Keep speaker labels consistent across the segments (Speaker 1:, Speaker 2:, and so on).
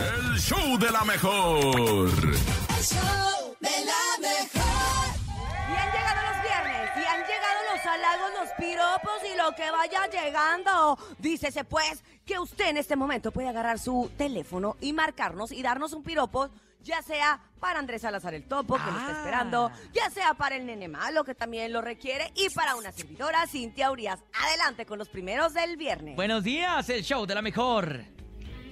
Speaker 1: el show de la mejor.
Speaker 2: El show de la mejor.
Speaker 3: Y han llegado los viernes, y han llegado los halagos, los piropos y lo que vaya llegando. Dícese pues que usted en este momento puede agarrar su teléfono y marcarnos y darnos un piropo, ya sea para Andrés Salazar el Topo, que lo está
Speaker 4: Ah.
Speaker 3: esperando, ya sea para el nene malo, que también lo requiere, y para una servidora, Cintia Urias. Adelante con los primeros del viernes.
Speaker 4: Buenos días, el show de la mejor.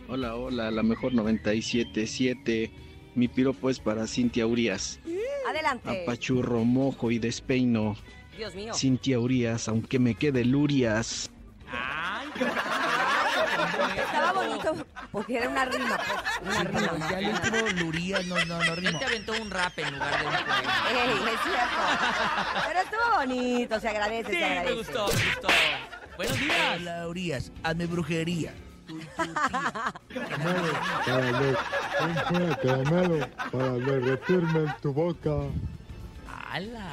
Speaker 5: Hola, hola, la mejor 977. Mi piropo es para Cintia Urias.
Speaker 3: Adelante.
Speaker 5: Apachurro, mojo y despeino.
Speaker 3: Dios mío.
Speaker 5: Cintia Urias, aunque me quede Lurias.
Speaker 4: Ay,
Speaker 3: Estaba bonito porque era una rima. pues, una
Speaker 6: Pero
Speaker 3: rima.
Speaker 6: ya el último Lurías no, no, no
Speaker 4: él
Speaker 6: rimó.
Speaker 4: te aventó un rap en lugar de un poema.
Speaker 3: Ey, es cierto. Pero estuvo bonito, se agradece,
Speaker 4: Sí,
Speaker 3: se
Speaker 4: me
Speaker 3: agradece.
Speaker 4: gustó, me gustó. Buenos días.
Speaker 6: Hola, Urias, hazme brujería. Tú y tu tía. Mueve.
Speaker 7: Para ver, un puño de caramelo para derretirme en tu boca.
Speaker 4: ¡Hala!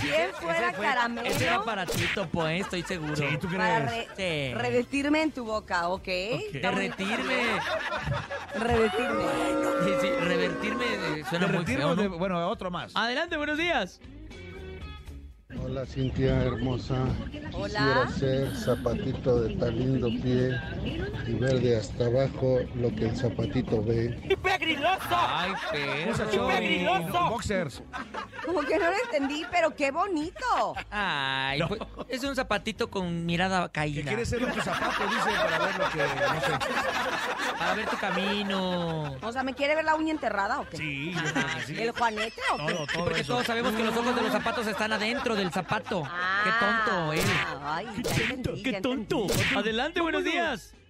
Speaker 3: ¿Quién fuera
Speaker 4: Ese fue-
Speaker 3: caramelo
Speaker 4: Ese era para ti, Topo, eh, estoy seguro. Sí, ¿tú
Speaker 3: para re-
Speaker 4: Sí.
Speaker 3: revestirme en tu boca, ¿ok?
Speaker 4: Derretirme.
Speaker 3: Revestirme.
Speaker 4: Sí, sí, revertirme eh, suena muy feo, ¿no?
Speaker 6: bueno, otro más.
Speaker 4: Adelante, buenos días.
Speaker 7: Hola Cintia hermosa.
Speaker 3: Hola.
Speaker 7: Quisiera ser zapatito de tan lindo pie y ver de hasta abajo lo que el zapatito ve.
Speaker 4: Ay, perro.
Speaker 6: Boxers.
Speaker 3: Como que no lo entendí, pero qué bonito.
Speaker 4: Ay, pues, es un zapatito con mirada caída.
Speaker 6: ser con tu zapato? Dice, para ver lo que... No sé.
Speaker 4: Para ver tu camino.
Speaker 3: O sea, ¿me quiere ver la uña enterrada o qué?
Speaker 6: Sí,
Speaker 4: Ajá, sí.
Speaker 3: ¿El Juanete o qué?
Speaker 6: todo, todo
Speaker 4: Porque
Speaker 6: eso.
Speaker 4: todos sabemos que los ojos de los zapatos están adentro del zapato.
Speaker 3: Ah,
Speaker 4: Qué tonto eh. él.
Speaker 3: Ay, ya entendí, ya entendí.
Speaker 4: Adelante, buenos días.